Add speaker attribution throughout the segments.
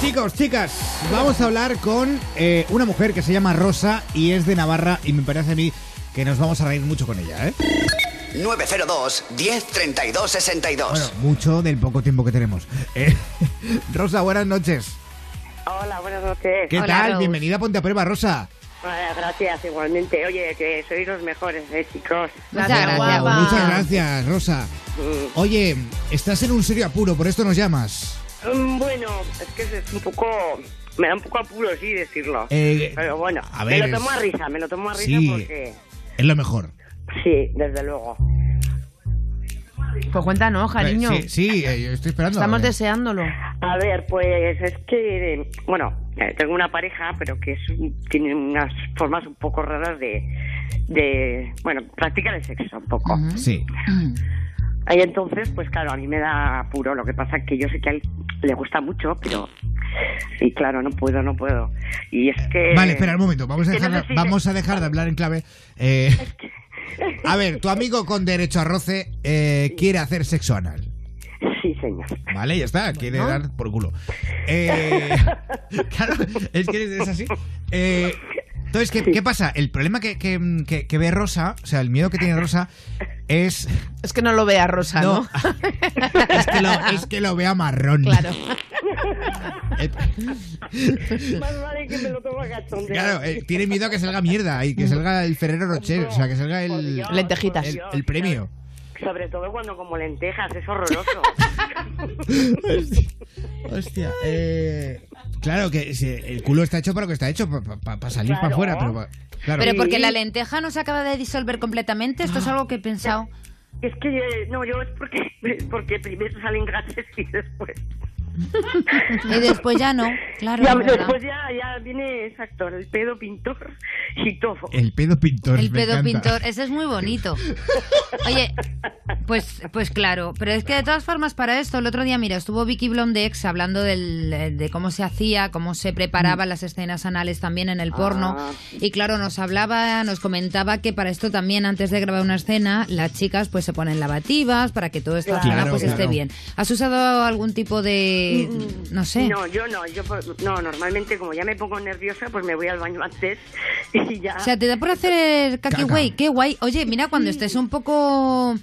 Speaker 1: Chicos, chicas, vamos a hablar con eh, una mujer que se llama Rosa y es de Navarra y me parece a mí que nos vamos a reír mucho con ella, ¿eh?
Speaker 2: 902 10 32 62.
Speaker 1: Bueno, mucho del poco tiempo que tenemos. Eh, Rosa, buenas noches.
Speaker 3: Hola, buenas noches.
Speaker 1: ¿Qué
Speaker 4: Hola,
Speaker 1: tal?
Speaker 4: Rose.
Speaker 1: Bienvenida a Ponte a Prueba, Rosa.
Speaker 3: Vale, gracias, igualmente. Oye, que sois los mejores, eh, chicos.
Speaker 4: Muchas
Speaker 5: Gracias,
Speaker 4: gracias.
Speaker 5: guapa.
Speaker 1: Muchas gracias, Rosa.
Speaker 3: Mm,
Speaker 1: Oye, estás en un serio apuro, por esto nos llamas.
Speaker 3: mm, Bueno, es que es un poco... Me da un poco apuro, sí, decirlo.
Speaker 1: Eh,
Speaker 3: Pero bueno,
Speaker 1: a
Speaker 3: me
Speaker 1: ver,
Speaker 3: lo tomo
Speaker 1: es-
Speaker 3: a risa, me lo tomo a risa
Speaker 1: Sí.
Speaker 3: porque...
Speaker 1: Es lo mejor.
Speaker 3: Sí, desde luego.
Speaker 5: Pues cuéntanos, cariño.
Speaker 1: Eh, Sí, sí, eh, yo estoy esperando.
Speaker 5: Estamos
Speaker 1: Eh,
Speaker 5: deseándolo.
Speaker 3: A ver, pues es que, eh, bueno, eh, tengo una pareja, pero que es un- tiene unas formas un poco raras de, de, bueno, practicar el sexo un poco.
Speaker 1: Sí.
Speaker 3: Y entonces, pues claro, a mí me da apuro. Lo que pasa es que yo sé que a él le gusta mucho, pero. Y claro, no puedo, no puedo. Y es que.
Speaker 1: Vale, espera un momento. Vamos a
Speaker 3: Eh, que no
Speaker 1: dejar,
Speaker 3: sé si-
Speaker 1: vamos a dejar de hablar en clave. Eh, a ver, tu amigo con derecho a roce eh, quiere hacer sexo anal.
Speaker 3: Sí, señor.
Speaker 1: Vale, ya está, quiere dar por culo. Eh, claro, es que es así. Eh, entonces, ¿qué, qué pasa? El problema que, que- que- que ve Rosa, o sea, el miedo que tiene Rosa es...
Speaker 5: Es que no lo vea Rosa, ¿no?
Speaker 1: es, que lo, es que lo vea marrón.
Speaker 5: Claro.
Speaker 1: Eh,
Speaker 3: Más vale que me lo toma cachondeo.
Speaker 1: claro, eh, tiene miedo a que salga mierda y que salga el Ferrero Rocher, o sea, que salga
Speaker 3: Por
Speaker 1: el,
Speaker 3: Dios,
Speaker 5: lentejitas.
Speaker 3: por
Speaker 1: el,
Speaker 3: Dios.
Speaker 1: el premio.
Speaker 3: Sobre todo cuando como lentejas, es horroroso.
Speaker 1: Hostia, eh, claro que si el culo está hecho para lo que está hecho, para salir para
Speaker 3: Claro.
Speaker 1: afuera, pero pa- claro.
Speaker 4: Pero porque la lenteja no se acaba de disolver completamente, esto es
Speaker 3: Ah.
Speaker 4: algo que he pensado.
Speaker 3: es que, eh, no, yo es porque, es porque primero salen gases y después.
Speaker 4: Y después ya no, claro.
Speaker 3: ya,
Speaker 4: es verdad.
Speaker 3: después ya, ya viene, exacto, el pedo pintor y todo.
Speaker 1: El pedo pintor.
Speaker 4: El
Speaker 1: me
Speaker 4: pedo
Speaker 1: encanta.
Speaker 4: pintor, ese es muy bonito. Oye, pues, pues claro, pero es que de todas formas para esto, el otro día, mira, estuvo Vicky Blondex hablando del, eh, de cómo se hacía, cómo se
Speaker 1: Mm.
Speaker 4: preparaban las escenas anales también en el porno.
Speaker 3: Ah.
Speaker 4: Y claro, nos hablaba, nos comentaba que para esto también, antes de grabar una escena, las chicas pues se ponen lavativas para que todo esto al
Speaker 1: Claro,
Speaker 4: final, pues,
Speaker 1: claro.
Speaker 4: esté bien. ¿Has usado algún tipo de, no sé?
Speaker 3: No, yo no, yo por- no, normalmente como ya me pongo nerviosa, pues me voy al baño antes y ya.
Speaker 5: Ah.
Speaker 4: O sea, te da por hacer caquiway, qué guay. Oye, mira, cuando estés un poco...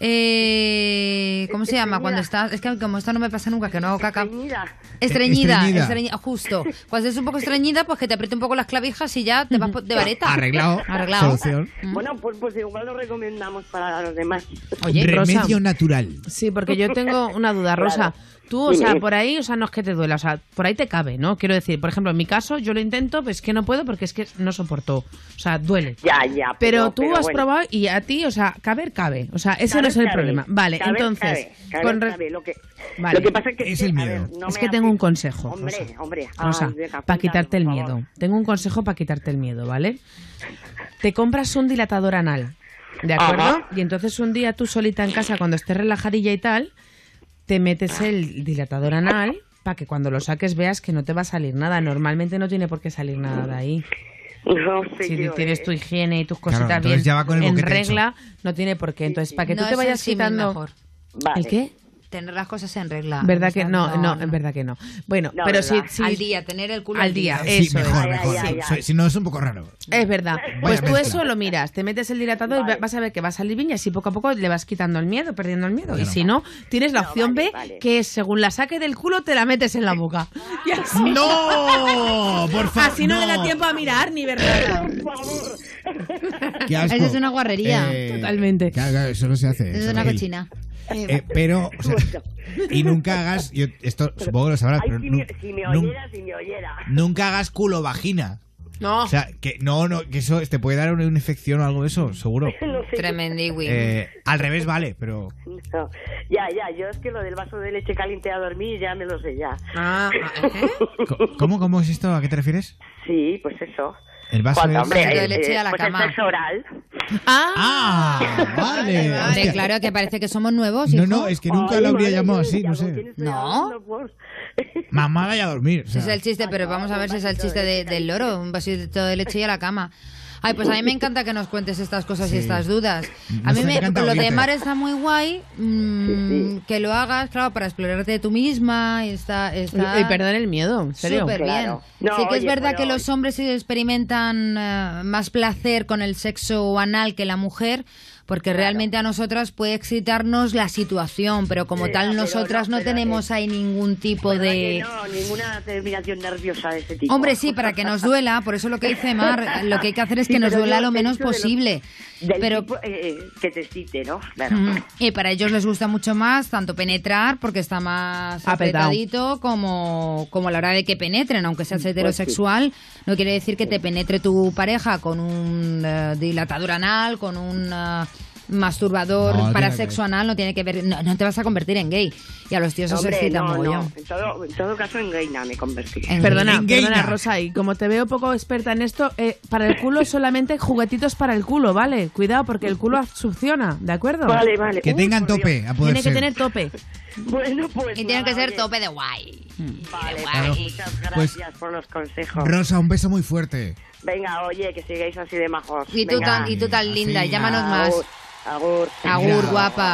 Speaker 4: Eh, ¿Cómo se llama? Cuando estás... Es que como esto no me pasa nunca, que no hago caca.
Speaker 3: Mira,
Speaker 4: Estreñida,
Speaker 1: Estreñida.
Speaker 4: estreñida, justo. Cuando estés un poco estreñida, pues que te apriete un poco las clavijas y ya te vas po- de vareta.
Speaker 1: Arreglado.
Speaker 4: Arreglado.
Speaker 1: Solución.
Speaker 5: Mm.
Speaker 3: Bueno, pues, pues igual lo recomendamos para los demás.
Speaker 5: Oye,
Speaker 1: Remedio
Speaker 5: Rosa.
Speaker 1: natural.
Speaker 5: Sí, porque yo tengo una duda, Rosa. Tú, o sea, por ahí, o sea, no es que te duela, o sea, por ahí te cabe, ¿no? Quiero decir, por ejemplo, en mi caso, yo lo intento, pero es que no puedo porque es que no soporto. O sea, duele.
Speaker 3: Ya, ya.
Speaker 5: Pero tú has
Speaker 3: bueno.
Speaker 5: probado y a ti, o sea, caber cabe. O sea, ese no
Speaker 3: Caber,
Speaker 5: es el
Speaker 3: cabe.
Speaker 5: problema. Vale,
Speaker 3: Caber,
Speaker 5: entonces.
Speaker 3: cabe, caber,
Speaker 5: con re-
Speaker 3: cabe. Lo, que,
Speaker 5: Vale.
Speaker 3: lo que pasa es que
Speaker 1: Es
Speaker 3: que,
Speaker 1: el
Speaker 3: a ver,
Speaker 1: miedo.
Speaker 3: no
Speaker 5: es
Speaker 3: me
Speaker 5: que tengo un
Speaker 3: apetece-
Speaker 5: consejo.
Speaker 3: Hombre,
Speaker 5: Rosa.
Speaker 3: hombre.
Speaker 5: Rosa, para quitarte el miedo. Tengo un consejo para quitarte el miedo, ¿vale? Te compras un dilatador anal, ¿de acuerdo?
Speaker 3: Ajá.
Speaker 5: Y entonces un día tú solita en casa, cuando estés relajadilla y tal, te metes el dilatador anal para que cuando lo saques veas que no te va a salir nada. Normalmente no tiene por qué salir nada de ahí.
Speaker 3: No sé
Speaker 5: Si
Speaker 3: yo,
Speaker 5: tienes
Speaker 3: eh.
Speaker 5: tu higiene y tus cositas
Speaker 1: Claro, entonces
Speaker 5: bien
Speaker 1: ya va con el
Speaker 5: en
Speaker 1: boquete
Speaker 5: regla, no tiene por qué. Entonces, para que
Speaker 4: No
Speaker 5: tú te
Speaker 4: es
Speaker 5: vayas
Speaker 4: el símil
Speaker 5: quitando...
Speaker 4: mejor.
Speaker 3: Vale.
Speaker 5: ¿El qué?
Speaker 4: Tener las cosas en regla.
Speaker 5: ¿Verdad
Speaker 4: O
Speaker 5: que
Speaker 4: sea,
Speaker 5: no? No, en verdad que no. Bueno,
Speaker 3: No,
Speaker 5: pero
Speaker 3: ¿verdad?
Speaker 5: si, si-
Speaker 4: Al día, tener el culo
Speaker 5: Al día.
Speaker 1: Eh, Sí,
Speaker 5: Eso es.
Speaker 1: mejor,
Speaker 3: Ay,
Speaker 1: mejor.
Speaker 3: ay, ay,
Speaker 1: Sí,
Speaker 3: ay.
Speaker 1: Si no, es un poco raro.
Speaker 5: Es verdad.
Speaker 1: Vaya
Speaker 5: Pues tú
Speaker 1: mezcla.
Speaker 5: eso lo miras, te metes el dilatador y va- vas a ver que va a salir bien y así poco a poco le vas quitando el miedo, perdiendo el miedo. Y
Speaker 1: Claro.
Speaker 5: si no, tienes la
Speaker 3: No,
Speaker 5: opción
Speaker 3: vale,
Speaker 5: B,
Speaker 3: vale.
Speaker 5: que es según la saque del culo, te la metes en la boca. Y así,
Speaker 1: ¡No! Por favor.
Speaker 5: así no, le da tiempo a mirar ni ver nada.
Speaker 3: Por favor.
Speaker 1: Qué asco. Eh,
Speaker 4: Eso es una guarrería.
Speaker 5: Totalmente.
Speaker 1: Claro, claro, eso no se hace.
Speaker 4: Es
Speaker 1: eso
Speaker 4: una
Speaker 1: no-
Speaker 4: cochina.
Speaker 1: Eh, pero, o sea, y nunca hagas, yo, esto supongo que lo sabrás,
Speaker 3: Ay,
Speaker 1: Ah, pero
Speaker 3: si,
Speaker 1: nu-
Speaker 3: me, si me
Speaker 1: nun-
Speaker 3: oyera, si me oyera.
Speaker 1: nunca hagas culo vagina.
Speaker 5: No.
Speaker 1: O sea, que no, no, que eso te puede dar una, una infección o algo de eso, seguro.
Speaker 3: No sé.
Speaker 4: Tremendiwi.
Speaker 1: Eh, al revés vale, pero
Speaker 3: No. Ya, ya, yo es que lo del vaso de leche caliente a dormir ya me lo sé ya.
Speaker 5: Ah, ¿eh?
Speaker 1: co- ¿cómo, cómo es esto? ¿A qué te refieres?
Speaker 3: Sí, pues eso.
Speaker 1: El vaso
Speaker 3: Cuando,
Speaker 1: es-
Speaker 3: hombre,
Speaker 4: Vasito de
Speaker 3: eh,
Speaker 4: leche a la
Speaker 3: pues
Speaker 4: cama.
Speaker 3: el sexo oral.
Speaker 5: Ah,
Speaker 1: Ah, vale.
Speaker 5: Vale,
Speaker 4: Hombre,
Speaker 1: hostia.
Speaker 4: claro que parece que somos nuevos,
Speaker 1: No,
Speaker 4: hijo.
Speaker 1: no, es que nunca
Speaker 3: Ay,
Speaker 1: lo habría
Speaker 3: madre,
Speaker 1: llamado
Speaker 3: yo
Speaker 1: así,
Speaker 3: ya
Speaker 1: no
Speaker 3: con quién
Speaker 1: sé.
Speaker 3: estoy
Speaker 4: No.
Speaker 3: hablando, por- este
Speaker 1: Mamada y a dormir. o sea.
Speaker 4: Ese es el chiste, pero vamos a ver si es el chiste de- del loro, un vasito de leche y a la cama. Ay, pues a mí me encanta que nos cuentes estas cosas
Speaker 1: Sí.
Speaker 4: y estas dudas. A
Speaker 1: Nos
Speaker 4: mí me,
Speaker 1: encanta
Speaker 4: lo de
Speaker 1: oírte.
Speaker 4: Mar está muy guay. mm,
Speaker 3: Sí, sí.
Speaker 4: Que lo hagas, claro, para explorarte tú misma. y Está, está
Speaker 5: Y perder el miedo, en serio.
Speaker 4: Súper
Speaker 3: Claro.
Speaker 4: bien.
Speaker 3: No,
Speaker 4: sí que es
Speaker 3: oye,
Speaker 4: verdad
Speaker 3: pero-
Speaker 4: que los hombres sí experimentan eh, más placer con el sexo anal que la mujer, porque realmente a nosotras puede excitarnos la situación, pero como
Speaker 3: Sí,
Speaker 4: tal
Speaker 3: pero
Speaker 4: nosotras
Speaker 3: no,
Speaker 4: no,
Speaker 3: pero
Speaker 4: tenemos ahí ningún tipo
Speaker 3: ¿Verdad
Speaker 4: de...
Speaker 3: que No, ninguna terminación nerviosa de ese tipo.
Speaker 4: Hombre, sí, para que nos duela, por eso lo que dice Mar, lo que hay que hacer es
Speaker 3: Sí,
Speaker 4: que nos
Speaker 3: pero
Speaker 4: duela
Speaker 3: yo
Speaker 4: lo
Speaker 3: te he
Speaker 4: menos
Speaker 3: dicho de lo-
Speaker 4: posible.
Speaker 3: Del
Speaker 4: Pero
Speaker 3: tipo, eh, que te excite, ¿no? Claro.
Speaker 4: Mm, Y para ellos les gusta mucho más tanto penetrar, porque está más
Speaker 5: Apretado.
Speaker 4: apretadito, como, como a la hora de que penetren, aunque
Speaker 3: Pues
Speaker 4: seas heterosexual. No quiere decir que te penetre tu pareja con un eh, dilatador anal, con un eh, masturbador
Speaker 1: No, tiene
Speaker 4: para
Speaker 1: que
Speaker 4: sexo
Speaker 1: ver.
Speaker 4: anal, no tiene que ver. No, no te vas a convertir en gay. Y a los tíos eso
Speaker 3: Hombre,
Speaker 4: excita
Speaker 3: no,
Speaker 4: mogollón.
Speaker 3: no. En todo, en todo caso, en Gaina me convertí.
Speaker 4: En-
Speaker 5: Perdona,
Speaker 1: En
Speaker 5: perdona,
Speaker 1: Gaina.
Speaker 5: Rosa, y como te veo poco experta en esto, eh, para el culo solamente juguetitos para el culo, ¿vale? Cuidado, porque el culo succiona, ¿de acuerdo?
Speaker 3: Vale, vale.
Speaker 1: Que
Speaker 3: Uy,
Speaker 1: tengan
Speaker 3: por
Speaker 1: tope, a poder
Speaker 5: Tiene que
Speaker 1: ser.
Speaker 5: tener tope.
Speaker 3: Dios. Bueno, pues.
Speaker 4: Y tiene
Speaker 3: nada,
Speaker 4: que ser
Speaker 3: oye.
Speaker 4: tope de guay.
Speaker 3: Vale,
Speaker 1: Claro.
Speaker 3: pues, muchas
Speaker 1: Pues-
Speaker 3: gracias por los consejos.
Speaker 1: Rosa, un beso muy fuerte.
Speaker 3: Venga, oye, que sigáis así de majos.
Speaker 4: Y tú,
Speaker 3: Venga.
Speaker 4: tan, y tú tan linda,
Speaker 1: Así.
Speaker 4: llámanos más.
Speaker 3: Agur, agur.
Speaker 4: Agur,
Speaker 1: Mira.
Speaker 4: guapa.